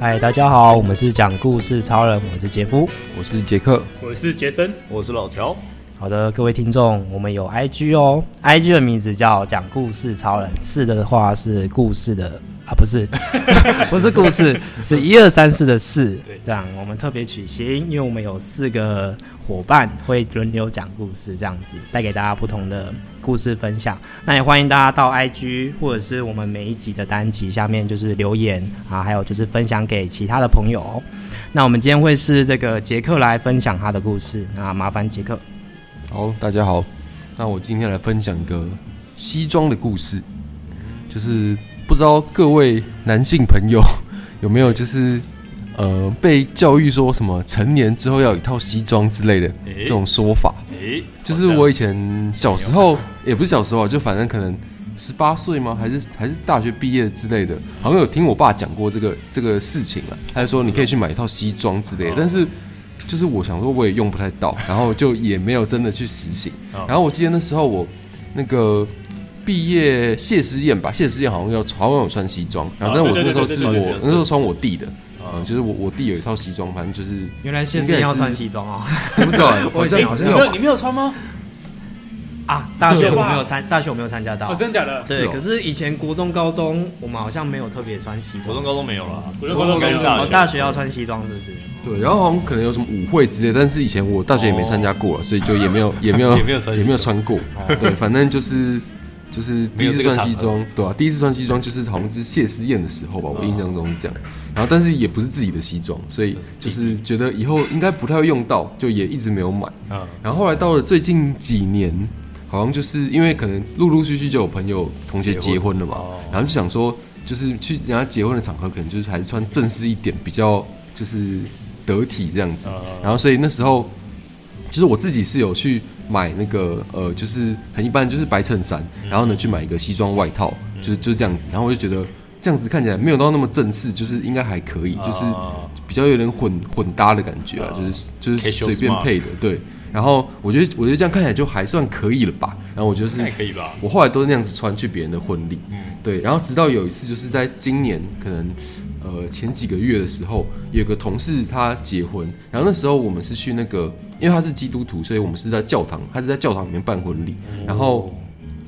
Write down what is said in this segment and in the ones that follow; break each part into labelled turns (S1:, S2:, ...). S1: 嗨，大家好，我们是讲故事超人，我是杰夫。
S2: 我是杰克，
S3: 我是杰森，
S2: 我是老乔，
S1: 好的，各位听众，我们有 IG 哦，IG 的名字叫“讲故事超人”，四的话是故事的啊，不是，不是故事，是一二三四的四。这样我们特别取谐音，因为我们有四个伙伴会轮流讲故事，这样子带给大家不同的故事分享。那也欢迎大家到 IG 或者是我们每一集的单集下面就是留言啊，还有就是分享给其他的朋友哦。那我们今天会是这个杰克来分享他的故事，那麻烦杰克。
S2: 好，大家好。那我今天来分享一个西装的故事，就是不知道各位男性朋友 有没有就是呃被教育说什么成年之后要有一套西装之类的
S3: 诶
S2: 这种说法。
S3: 诶、
S4: 哎
S2: 就是我以前小时候，也不是小时候啊，就反正可能十八岁吗？还是还是大学毕业之类的，好像有听我爸讲过这个这个事情啊。他就说你可以去买一套西装之类的，但是就是我想说我也用不太到，然后就也没有真的去实行。然后我记得那时候我那个。毕业谢师宴吧，谢师宴好像要好像有穿西装，然后但是我那时候是
S3: 对对对对对
S2: 我
S3: 对
S2: 那时候穿我弟的，嗯，就是我我弟有一套西装，反正就是
S1: 原来现实要穿西装哦
S2: 我不知道，好像好像
S3: 你
S2: 有
S3: 没有你没有穿吗？
S1: 啊！大学我没有参，大学我没有参加
S3: 哦，
S1: 到。
S3: 真的假的？
S1: 对，
S2: 哦
S1: 可是以前国中、高中我们好像没有特别穿西
S4: 国
S1: 装
S4: 中、。高中没有了，啊
S3: 我就说
S2: 我
S3: 感
S2: 我
S3: 觉
S1: 哦
S3: 大，
S1: 大
S3: 学
S1: 学要穿西装是不是？
S2: 对，然后好像可能有什么舞会之类，但是以前我大学也没参加过了，啊所以就也没 有也没有
S4: 哦也没有穿西装
S2: 也没有穿 过。对，反正就是就是第一次穿西装，对啊，第一次穿西装就是好像就是谢师宴的时候吧，
S4: 哦
S2: 我印象中是这样。然后但是也不是自己的西装，所以就是觉得以后应该不太会用到，就也一直没有买。
S4: 嗯，
S2: 然后后来到了最近几年，好像就是因为可能陆陆续续就有朋友同学结婚了嘛，
S4: 哦
S2: 然后就想说，就是去人家结婚的场合，可能就是还是穿正式一点，比较就是得体这
S4: 嗯
S2: 样子。然后所以那时候，就是我自己是有去买那个呃，就是很一般，就是白衬衫，
S4: 嗯
S2: 然后呢去买一个西装外套，就是就是这样子。然后我就觉得这样子看起来没有到那么正式，就是应该还可以，就是
S4: 哦
S2: 比较有点混混搭的感觉啊，就是就是随
S4: Casual
S2: 便
S4: smart
S2: 配的，对。然后我觉得我觉得这样看起来就还算可以了吧。然后我就是
S4: 那也可以吧？嗯
S2: 我后来都是那样子穿去别人的婚礼，对。然后直到有一次，就是在今年可能呃前几个月的时候，有个同事他结婚，然后那时候我们是去那个，因为他是基督徒，所以我们是在教堂，他是在教堂里面办婚礼。
S4: 哦
S2: 然后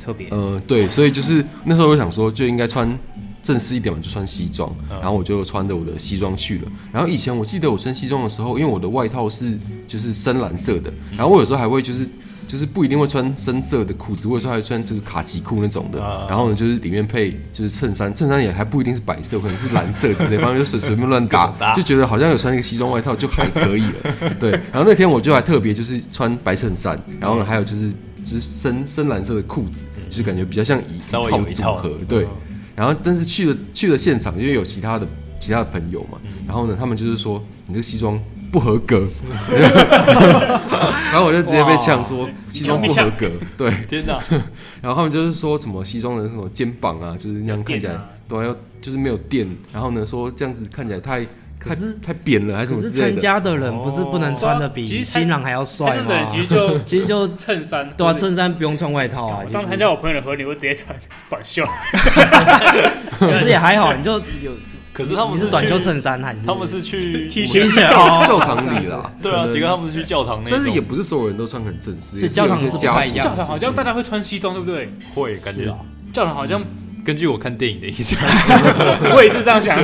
S1: 特别
S2: 呃对，所以就是那时候我想说就应该穿。正式一点嘛，就穿西装，然后我就穿着我的西装去了。然后以前我记得我穿西装的时候，因为我的外套是就是深蓝色的，然后我有时候还会就是就是不一定会穿深色的裤子，我有时候还会穿这个卡其裤那种的。然后呢，就是里面配就是衬衫，衬衫也还不一定是白色，可能是蓝色之类，反正就随随便乱搭，就觉得好像有穿一个西装外套就还可以了。对，然后那天我就还特别就是穿白衬衫，然后呢还有就是就是深深蓝色的裤子，
S1: 嗯
S2: 就是感觉比较像一
S4: 稍微有一
S2: 组
S4: 套
S2: 合。对，然后但是去了去了现场，因为有其他的其他的朋友
S1: 嗯
S2: 嘛，然后呢，他们就是说你这个西装不合 格，然后我就直接被呛说西装不合格，对，
S4: 天 哪，
S2: 然后他们就是说什么西装的什么肩膀啊，就是那样看起来
S3: 有垫啊
S2: 都要就是没有垫，然后呢说这样子看起来太
S1: 可
S2: 太
S1: 是
S2: 太扁了还是什
S1: 可
S2: 么
S1: 是
S2: 之类
S1: 参
S2: 的。
S1: 加的人不是不能穿的比新郎还要帅
S3: 对
S1: 吗？
S3: 其实就
S1: 其实就
S3: 衬衫，
S1: 对啊，
S3: 就是
S1: 衬衫不用穿外套啊。
S3: 我
S1: 其
S3: 上次参
S1: 实
S3: 加我朋友的婚礼，我直接穿短袖，
S1: 其实也还好，你就有
S4: 可是他们
S1: 你是
S4: 是
S1: 短袖
S4: 去，
S1: 衬衫还是？
S4: 他们是去
S3: T
S2: 就
S3: 恤
S1: 其
S2: 是
S1: 实也
S2: 教教堂里啦，
S4: 对啊
S2: 可，能
S4: 结果他们是去教堂那种，
S2: 但是也不是所有人都穿很正
S1: 所
S2: 式，
S1: 以
S2: 也是
S1: 教
S2: 有
S1: 堂
S2: 些
S1: 是不
S2: 家
S1: 太
S2: 属
S1: 一样
S3: 教堂好像大家会穿西装，对不对？
S4: 会感觉。啊
S3: 教堂好像
S4: 根据我看电影的印 象，
S3: 我也是这样想，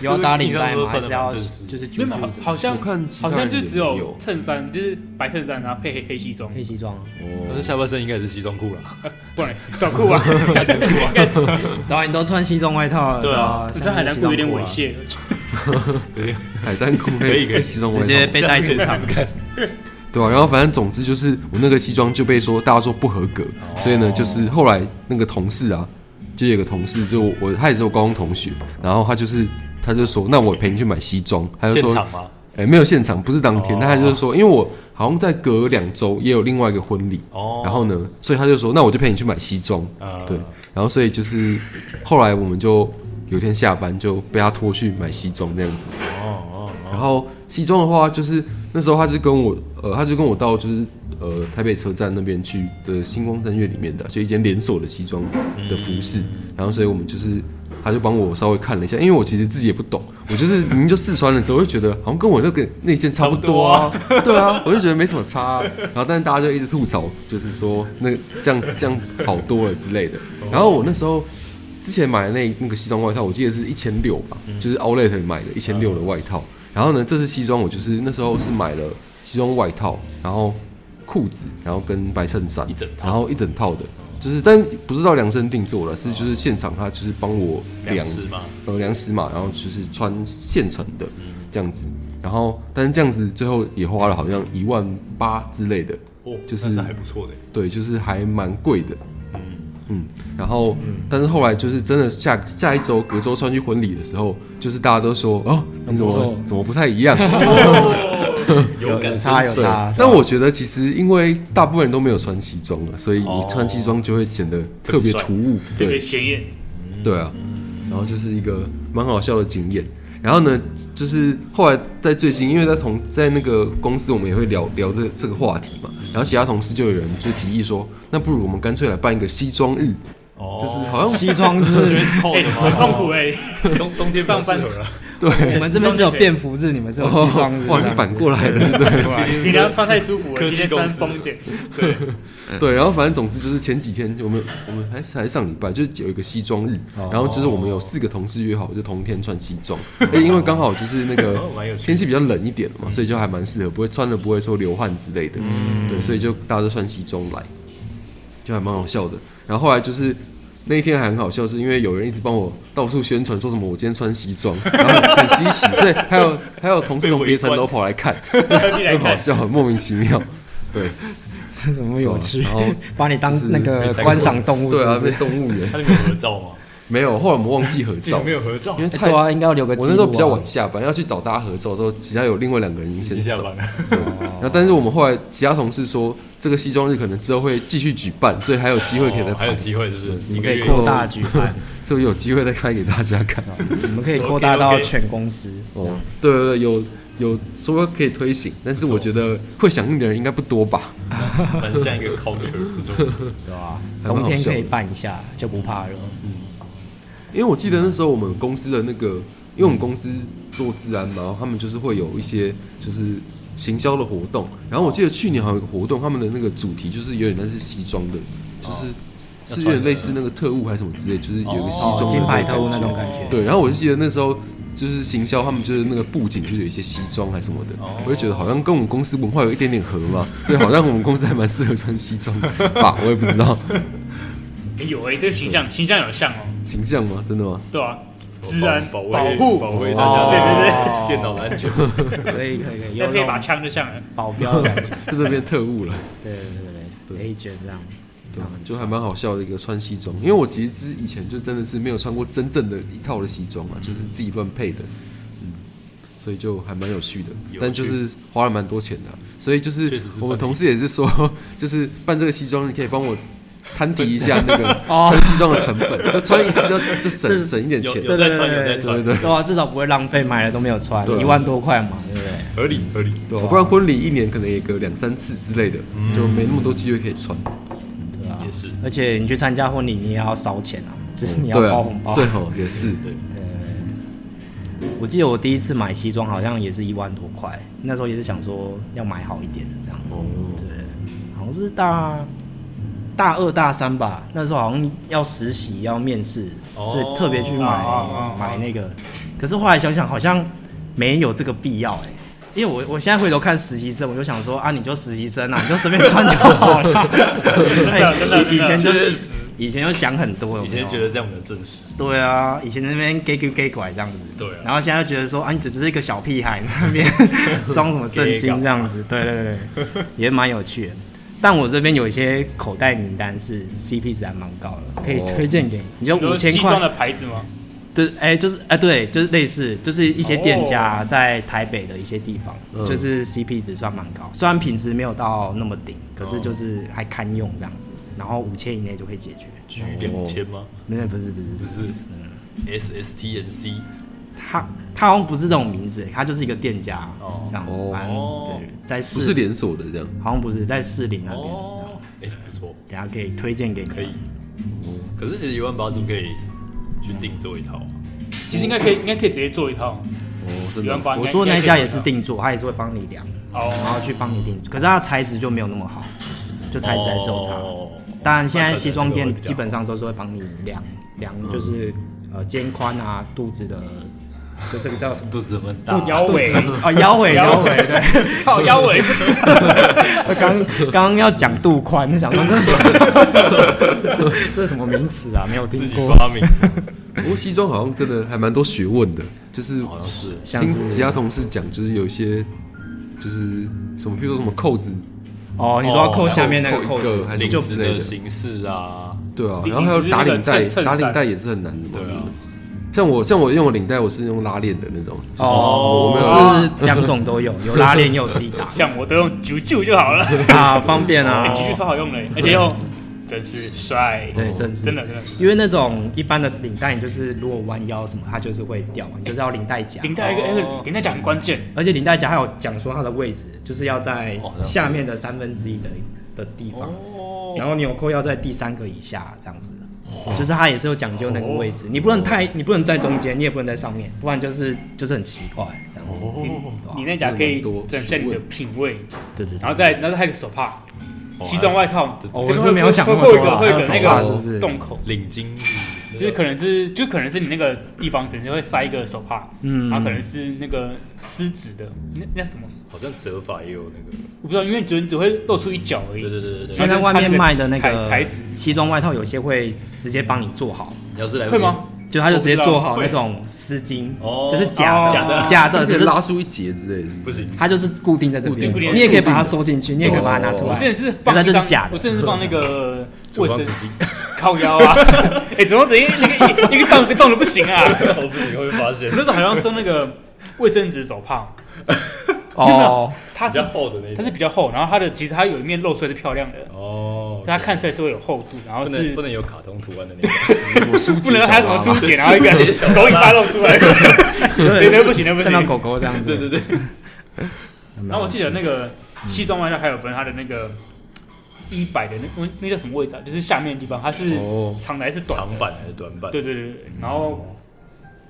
S1: 有要打领带吗？
S4: 就是
S1: 还
S4: 平常都穿得
S1: 是要
S4: 蛮正式
S1: 就是
S3: 没
S1: 军
S3: 有
S1: 服
S3: 好好像
S2: 我看其他
S3: 好像就
S2: 人也
S3: 只有
S2: 有
S3: 衬衫，就是白衬衫，然后配黑黑西装，
S1: 黑西装啊？
S4: 但是下半身应该也是西装裤了。
S3: 不然 短裤啊，短裤啊，
S1: 导演都穿西装外套了，
S4: 对啊
S3: 这
S1: 下面
S3: 海南
S1: 西
S3: 裤
S1: 装
S3: 有点
S1: 裤啊
S3: 猥亵，
S2: 海滩裤
S4: 可以可以
S2: 西装外
S1: 直
S2: 套
S1: 接被带出场。
S2: 对啊，然后反正总之就是我那个西装就被说大家说不合格，所以呢，就是后来那个同事啊，就有个同事就我他也是我高中同学，然后他就是他就说那我陪你去买西装，他就
S4: 现
S2: 说
S4: 场吗？
S2: 哎、没有现场，不是当天，
S4: 哦
S2: 但他就是说，因为我好像在隔两周也有另外一个婚礼，
S4: 哦
S2: 然后呢，所以他就说，那我就陪你去买西装，
S4: 呃
S2: 对，然后所以就是后来我们就有一天下班就被他拖去买西装这样子，
S4: 哦哦，
S2: 然后西装的话就是那时候他就跟我，呃，他就跟我到就是呃台北车站那边去的星光三月里面的，就一间连锁的西装的服饰，然后所以我们就是。他就帮我稍微看了一下，因为我其实自己也不懂，我就是明明就试穿的时候，会觉得好像跟我那个那件差不多啊，对啊，我就觉得没什么差啊、然后但是大家就一直吐槽，就是说那个这样子这样好多了之类的。然后我那时候之前买的那那个西装外套，我记得是一千六吧，
S4: 嗯
S2: 就是 Outlet 买的一千六的外套。然后呢，这次西装我就是那时候是买了西装外套，然后裤子，然后跟白衬衫，
S4: 一整套
S2: 然后一整套的，就是但不是到量身定做了，是就是现场他就是帮我量
S4: 两次嘛，
S2: 呃量尺码，然后就是穿现成的这样子，然后但是这样子最后也花了好像一万八之类的，
S4: 哦，
S2: 就是
S4: 那是还不错的，
S2: 对，就是还蛮贵的。嗯，然后，但是后来就是真的下下一周隔周穿去婚礼的时候，就是大家都说哦，你怎
S1: 很不
S2: 么
S1: 错
S2: 怎么不太一 样？
S1: 有啊
S4: 感
S1: 有
S4: 情
S1: 差有
S2: 对
S1: 差，，
S2: 但我觉得其实因为大部分人都没有穿西装了，所以你穿西装就会显得特别突兀，
S3: 特别
S2: 对
S3: 显眼。
S2: 对啊，然后就是一个蛮好笑的经验。然后呢，就是后来在最近，因为在同在那个公司，我们也会聊聊这这个话题嘛。然后其他同事就有人就提议说，那不如我们干脆来办一个西装日，
S4: 哦
S2: 就是好像
S1: 西装日，
S4: 是厚
S3: 哎，
S4: 的
S3: 很
S4: 嘛，
S3: 痛苦哎，
S4: 冬冬天
S3: 上
S4: 上
S3: 班
S4: 班了，
S1: 我们这边是有便服日，你们是有哦西装日，
S2: 哇是哦反过来的，对不对？
S3: 平常穿太舒服了，
S4: 科
S3: 今
S4: 技
S3: 天穿
S4: 公司
S3: 疯一点。
S2: 对，然后反正总之就是前几天我们我们还还上礼拜就是有一个西装日，
S4: 哦
S2: 然后就是我们有四个同事约好就同天穿西装，诶因为刚好就是那个
S4: 哦蛮有趣的嗯
S2: 天气比较冷一点嘛，所以就还蛮适合，不会穿了不会说流汗之类的，对，所以就大家都穿西装来，就还蛮好笑的。然后后来就是。那一天还很好笑，是因为有人一直帮我到处宣传，说什么我今天穿西装，然后很稀奇，所以还有还有同事从别层楼跑来看，
S3: 特地来
S2: 很好
S3: 看，
S2: 笑，很莫名其妙。 对，
S1: 这怎么有趣
S2: 然？后
S1: 把你当
S2: 哦就是
S1: 那个观赏动物
S2: 对
S1: 是
S2: 啊，
S1: 不
S2: 被
S1: 是？
S2: 动物园。
S4: 他那边有合照 吗？
S2: 没有，后来我们忘记合
S4: 竟
S2: 照
S4: 然没，有合照
S2: 因，为
S1: 哎
S2: 太、
S1: 对啊，应该要留个记
S2: 我那时候比较
S1: 录啊
S2: 晚。下班，要去找大家合照的时候，其他有另外两个人已
S4: 已
S2: 经
S4: 经
S2: 先
S4: 下
S2: 走。
S4: 班了，
S2: 那但是我们后来其他同事说，这个西装日可能之后会继续举办，所以还有机会可以再
S4: 哦还
S2: 拍，
S4: 有机会，就是
S1: 我
S4: 一
S1: 们
S4: 个
S1: 可
S4: 月
S1: 以
S4: 一次
S1: 扩
S2: 哦
S1: 大举 办，
S2: 所以有机会再开给大家 看。
S4: 哦
S1: 我们可以扩大到
S3: OK，OK
S1: 全公司。
S2: 哦，对对对，有有说可以推行，但是我觉得会响应的人应该不多吧。
S4: 反正像一个 culture，不错，
S1: 对啊，
S2: 还蛮
S1: 冬
S2: 好
S1: 天
S2: 笑
S1: 可
S2: 的
S1: 以办一下，就不怕热。
S2: 因为我记得那时候我们公司的那个，因为我们公司做治安嘛，然后他们就是会有一些就是行销的活动。然后我记得去年好像有个活动，他们的那个主题就是有点类似西装的，就是是有点类似那个特务还是什么之类，就是有一个西装的
S1: 哦金牌特务
S2: 感觉
S1: 那种感觉
S2: 对，然后我就记得那时候。就是行销，他们就是那个布景，就是有一些西装还是什么的，
S1: 哦
S2: 我就觉得好像跟我们公司文化有一点点合嘛，所以好像我们公司还蛮适合穿西装的吧，我也不知道
S3: 哎有哎，这个形象形象有像哦，
S2: 形象吗？真的吗？
S3: 对吧？
S4: 保
S3: 治安
S4: 保
S3: 保
S4: 卫
S3: 护
S4: 保卫大家
S1: 哦
S4: 的
S3: 对对
S1: 对
S4: 电脑的安全，
S1: 可以可以可以，
S3: 要
S1: 有
S3: 配
S1: 那
S3: 一把
S1: 种
S3: 枪就像了，
S1: 保镖的感觉。
S2: 就是变特务了。
S1: 对对对对，可以觉得这样，这样很
S2: 啊就
S1: 爽
S2: 还蛮好笑的一个穿西装，因为我其实之以前就真的是没有穿过真正的一套的西
S1: 嗯
S2: 装嘛，啊就是自己乱配的，嗯，所以就还蛮有趣的，
S4: 有趣
S2: 但就是花了蛮多钱的啊、所以就
S4: 确
S2: 是
S4: 实是
S2: 我们同事也是说， 就是办这个西装，你可以帮我摊提一下那个
S1: 哦
S2: 穿西装的成 本，就穿一次就就
S1: 这
S2: 省
S1: 是
S2: 省一点
S4: 有
S2: 钱，
S4: 有
S2: 对
S4: 在穿，有
S1: 对
S4: 在
S1: 对
S2: 对
S4: 穿，
S2: 对，
S1: 对啊，至少不会浪费，买了都没有穿
S2: 对，啊
S1: 一万多块嘛，对不对？
S4: 合理合理，
S2: 对啊不然婚礼一年可能也隔两三次之类的，
S1: 嗯
S2: 就没那么多机会可以穿，
S1: 对啊
S4: 也，是
S1: 而且你去参加婚礼，你也要烧钱啊，就是你要
S2: 对
S1: 包
S2: 啊
S1: 红包。，
S2: 对哦，也是，
S4: 对，
S1: 我记得我第一次买西装好像也是一万多块，那时候也是想说要买好一点这样。
S2: 哦，
S1: 对，好像是大大二大三吧，那时候好像要实习要面试，
S4: 哦
S1: 所以特别去买、
S3: 哦哦哦
S1: 买那个。可是后来想想好像没有这个必要哎、因为我我现在回头看实习生，我就想说啊，你就实习生啊，你就随便穿就好了。哎
S3: 真的真的
S1: 以以前
S4: 确
S1: 就是
S4: 实
S1: 以前就想很多，有
S4: 以
S1: 没有
S4: 前觉得这样比较正式，
S1: 对啊，以前那边 gay 给 gay 拐这样子，
S4: 对啊
S1: 然后现在就觉得说啊，你只是一个小屁孩，你那边装什么正
S4: gay 搞
S1: 经这样子，对对对对，也蛮有趣的。但我这边有一些口袋名单是 CP 值还蛮高的，可以
S2: 哦
S1: 推荐给你，你就
S3: 你
S1: 五
S3: 说
S1: 千
S3: 西装
S1: 块，
S3: 的牌子吗？
S1: 对，哎、就是哎、对，就是类似，就是一些店家在台北的一些地方，
S2: 嗯
S1: 就是 CP 值算蛮高，虽然品质没有到那么顶，可是就是还堪用这样子，然后五千以内就可以解决，
S4: 居两千吗？
S1: 没有不是不是
S4: 不是，S S T N C，
S1: 他他好像不是这种名字，他就是一个店家
S4: 哦
S1: 这样，
S2: 哦
S1: 反正对，在
S2: 不是
S1: 士
S2: 连锁的这样。
S1: 好像不是在士林那边，
S4: 哦，哎，不错，
S1: 等下可以推荐给你
S4: 可以。可是其实一万八是不是可以去定做一套啊？
S3: 其实应该可以，应该可以直接做一套。
S2: 哦，真
S3: 一万
S2: 的。
S3: 八，
S1: 我说的那一家也是
S3: 定
S1: 定做，他也是会帮你量，然
S3: 哦，
S1: 后去帮你定做，可是它的材质就没有那么好，就是就材质还是有差。
S4: 哦
S1: 当然，现在西装
S4: 那可
S1: 店
S4: 能
S1: 基本上都是会帮你量
S4: 嗯
S1: 量，就是呃肩宽啊、肚子的，这这个叫什么？
S4: 肚子很大，
S3: 腰围，
S1: 啊，腰围，腰围，对，
S3: 靠腰欸 围不止，
S1: 刚刚刚要讲肚宽，想说这是什么 这是什么名词啊？没有
S4: 自
S1: 听
S4: 己
S1: 过，
S4: 发明，
S2: 不过西装好像真的还蛮多学问的，就是
S4: 好像是
S1: 像
S2: 听其
S1: 是
S2: 他同事讲，就是有一些就是什么，比如说什么扣子，
S1: 哦，你说要扣下面那个扣
S2: 扣一
S1: 子
S2: 个，还是
S4: 领
S2: 就
S4: 子的形式啊，
S2: 对啊，
S3: 领
S2: 然后还有打领带，
S3: 领子是那个衬衬
S2: 打
S3: 衫
S2: 领带也是很难的嘛。
S4: 对啊，
S2: 像我像我用的领带，我是用拉链的那种，
S1: 哦，
S4: 我没
S1: 我是两种都有，有拉链也有自己 打
S3: 像我都用九九就好了，
S1: 啊，方便
S4: 哦
S1: 啊
S3: 哎，。九九超好用的，而且又真是帅，
S1: 对真是
S3: 真的真的，
S1: 因为那种一般的领带，你就是如果弯腰什么，它就是会掉
S3: 哎
S1: 嘛，你就是要领带夹。
S3: 领带一个那
S1: 哦
S3: 个领带讲很关键，
S1: 而且领带夹还有讲说它的位置，就是要在
S4: 哦好像是
S1: 下面的三分之一的的地方，
S3: 哦
S1: 然后纽扣要在第三个以下这样子，就是它也是有讲究那个位置，你不能太，你不能在中间，你也不能在上面，不然就是就是很奇怪这样子。
S3: 你那夹可
S2: 那蛮
S3: 以
S2: 多
S3: 展现你的品味，
S1: 对对
S3: 然
S1: 对，
S3: 后再然后还有个手帕，
S4: 哦
S3: 西装外套，
S1: 哦
S3: 这边
S1: 我是
S3: 会
S1: 没有想
S3: 会
S1: 那么
S3: 会有一
S1: 多
S3: 个
S1: 啊
S3: 会有一
S1: 还
S3: 个
S1: 有
S3: 那
S1: 手帕是不是
S3: 个洞口，
S4: 领巾，
S3: 就是可能是就可能是你那个地方可能就会塞一个手帕，
S1: 嗯
S3: 然后可能是那个丝质的，那那什么，
S4: 好像折法也有那个，
S3: 我不知道，因为只只会露出一角而已。
S4: 对对对对对，
S1: 现在外面卖的那
S3: 材
S1: 个
S3: 材质
S1: 西装外套，有些会直接帮你做好，
S4: 你要是来不
S3: 会
S4: 及
S3: 吗？？
S1: 就他就直接做好
S3: 我不
S1: 那
S3: 知道
S1: 种丝巾，
S4: 哦
S1: 就是假的，
S3: 哦假的
S1: 假 的，只
S2: 这
S1: 是
S2: 拉出一截之类的是不
S4: 不
S2: 是。
S4: 行，
S1: 它就是固定在这
S2: 固定
S1: 边
S3: 固定，
S1: 你也可以把它收进去，你也可以把它拿出
S2: 哦
S3: 我
S1: 来
S3: 之。前是放
S1: 那
S3: 一
S1: 就是
S3: 张
S1: 假的
S3: 我之前是放 那个
S4: 处
S3: 卫
S4: 方
S3: 生
S4: 纸巾，
S3: 靠腰啊， 哎，怎么直接那个一一个洞一个洞的不行啊？
S4: 我哦不行会被发现
S3: 我，那时候好像是那个卫生纸手帕，
S1: 哦，
S3: 它
S4: 比
S3: 是
S4: 较厚的那一
S3: 它
S4: 种，
S3: 是比较厚，然后它的其实它有一面露出来是漂亮的，
S4: 哦
S3: 它看起来是会有厚度，然后
S4: 不
S3: 是
S4: 能不能有卡通图案的那 种，
S3: 不能还有什
S2: 啊
S3: 么疏解，然后一个
S4: 疏解小
S3: 狗尾巴露 出来，对对不行对不
S1: 像到
S3: 行。
S1: 狗狗这样子。
S4: 对对对，
S3: 然后我记得那个西装外套还有分它的那个衣摆的那那叫什么位置啊？就是下面的地方，它是
S2: 哦
S3: 长的还是短的？
S4: 长版还是短版？
S3: 对对对对，然后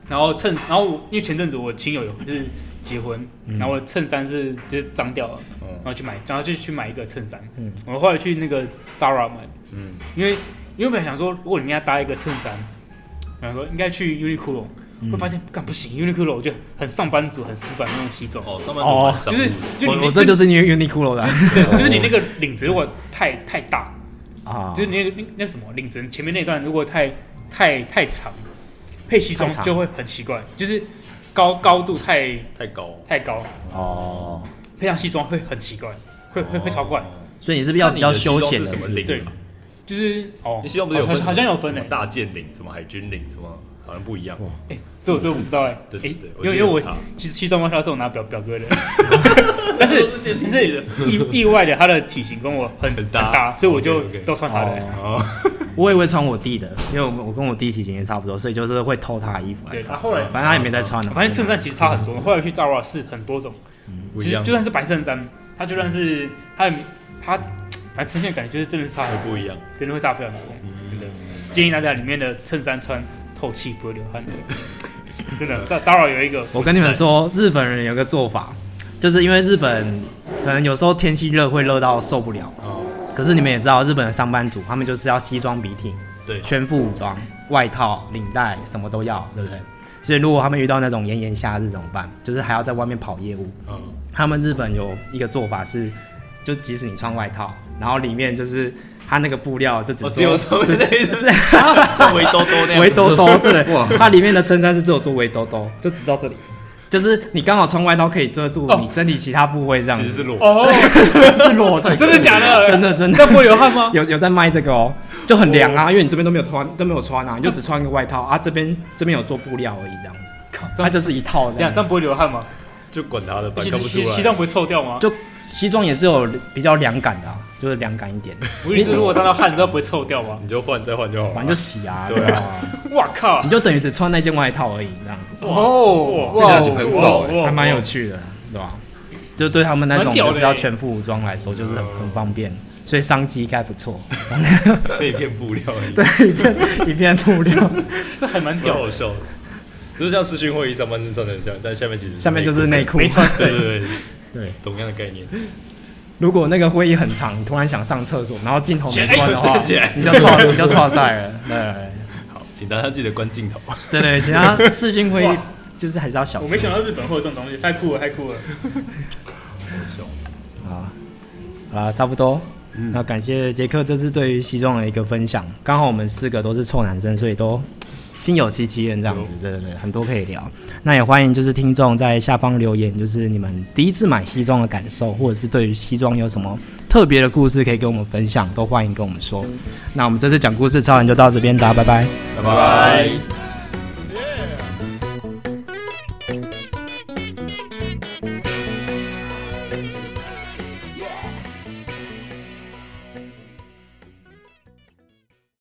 S3: 然后衬，然后我因为前阵子我亲友有就是结婚，然后我衬衫是就是脏掉了，
S4: 嗯
S3: 然后去买，然后就去买一个衬衫
S1: 嗯，
S3: 我后来去那个 Zara 买，
S4: 嗯，
S3: 因为因为本来想说，如果你要搭一个衬衫，然后说应该去 Uniqlo，会发现干不行，Uniqlo 我觉得很上班族、很死板那种西装，
S4: 哦，上半
S1: 哦
S4: 版
S3: 就是就
S1: 我
S3: 你
S1: 我这就是是你 Uniqlo 的
S3: 就是你那个领子如果太太大，
S1: 啊，
S4: 哦
S3: 就是你那个那那什么领子前面那段如果太太太长，配西装
S1: 太长
S3: 就会很奇怪，就是高高度太
S4: 太高，
S3: 太高，
S1: 哦，
S3: 配上西装会很奇怪，会会
S4: 哦
S3: 会超怪，
S1: 所以你是不是要比较休闲
S4: 那你的西装是什么
S1: 是不是
S4: 领啊
S3: 对，就是哦，
S4: 你西装不是有
S3: 好
S4: 分
S3: 像好像有分欸
S4: 什么
S3: 诶，
S4: 大件领，什么海军领，什么好像不一样。
S3: 哎，这我这我不知道哎，
S4: 对
S3: 哎
S4: 对对，我
S3: 因为
S4: 记
S3: 因
S4: 得
S3: 为
S4: 有
S3: 我
S4: 差
S3: 其实西装外套是我拿表 表哥的，但是
S4: 都是
S3: 但
S4: 见亲戚
S3: 是
S4: 的
S3: 意意外的他的体型跟我很
S4: 很搭
S3: 搭，所以我就
S4: OK，OK
S3: 都穿他的。
S4: 哦，
S1: 我也会穿我弟的，因为我们我跟我弟体型也差不多，所以就是会偷他的衣服来
S3: 对，
S1: 穿。
S3: 他啊后来
S1: 反正他也没在穿了。啊
S3: 我发现衬衫其实差很多，后来去 Zara 试很多种，
S4: 不
S3: 其
S4: 一
S3: 实
S4: 样，
S3: 就算是白衬衫，它就算是它的它，反正呈现感觉就是真的差很
S4: 会
S3: 多，
S4: 不一样。
S3: 真的会差非常多。真的建议大家里面的衬衫穿透气，不会流汗的。 真的，Zara Zara 有一个，
S1: 我跟你们说，日本人有个做法，就是因为日本可能有时候天气热会热到受不了。
S4: 哦，
S1: 可是你们也知道，日本的上班族他们就是要西装笔挺，
S4: 对，
S1: 全副武装，外套、领带什么都要，对不对？所以如果他们遇到那种炎炎夏日怎么办？就是还要在外面跑业务。
S4: 嗯，
S1: 他们日本有一个做法是，就即使你穿外套，然后里面就是它那个布料就哦只
S4: 哦我只有
S1: 做
S4: 说
S1: 只
S4: 这
S1: 只
S4: 一种
S1: 是
S4: 啊像围兜兜 那样，
S1: 围兜兜，对，
S2: 哇
S1: 它里面的衬衫是只有做围兜兜，就只到这里。就是你刚好穿外套可以遮住你身体其他部位，这样
S4: 其实
S1: 子、
S4: 是裸。
S3: 哦，
S1: 是裸的，
S3: 真的假的？
S1: 真的真的
S3: 这样不会流汗吗？
S1: 有有在卖这个哦，就很凉啊，因为你这边都没有穿，都没有穿啊，你就只穿一个外套啊，这边这边有做布料而已，这样子，它就是一套这
S3: 这样
S1: 样
S3: 这，样不会流汗吗？
S4: 就管他的，反
S3: 西
S4: 正看不出
S3: 西
S4: 来。
S3: 西藏不会臭掉吗？
S1: 就西装也是有比较凉感的、啊，就是凉感一点，
S3: 我意思是如果沾到汗，你知道不会臭掉吗？
S4: 你就换再换就好了。
S1: 反正就洗啊，
S4: 对啊
S1: 然后
S3: 哇靠！
S1: 你就等于只穿那件外套而已，这样子，
S3: 哦
S2: 这个很好
S1: 欸还蛮有趣的，对吧？哦就对他们那种
S3: 蛮屌
S1: 就
S3: 的欸嗯
S1: 是要全副武装来说，就是很很方便，所以商机应该不 错，
S4: 被骗布料而已，
S1: 对，一片一片布料，
S3: 这还蛮
S4: 蛮
S3: 屌
S4: 好
S3: 的。
S4: 笑的。就是像视讯会议上半身穿的很像，但下面其实
S1: 下面就是
S4: 内
S1: 内裤。
S4: 裤。对对对
S1: 对，哦
S4: 同样的概念。
S1: 如果那个会议很长，你突然想上厕所，然后镜头没关的话
S4: 哎站起来，
S1: 你就错你就错赛了。
S4: 好，请大家记得关镜头。
S1: 对对对，其 他视讯会议
S3: 哇
S1: 就是还是要小
S3: 我
S1: 心
S3: 没想到日本会有这种东西，太酷了，太酷了！
S1: 啊。好啦，差不多。那感谢杰克这次对于西装的一个分享。刚好我们四个都是臭男生，所以都心有戚戚焉这样子。对对对，很多可以聊。那也欢迎就是听众在下方留言，就是你们第一次买西装的感受，或者是对于西装有什么特别的故事可以跟我们分享，都欢迎跟我们说。那我们这次讲故事超人就到这边，大家拜拜。
S4: 拜拜。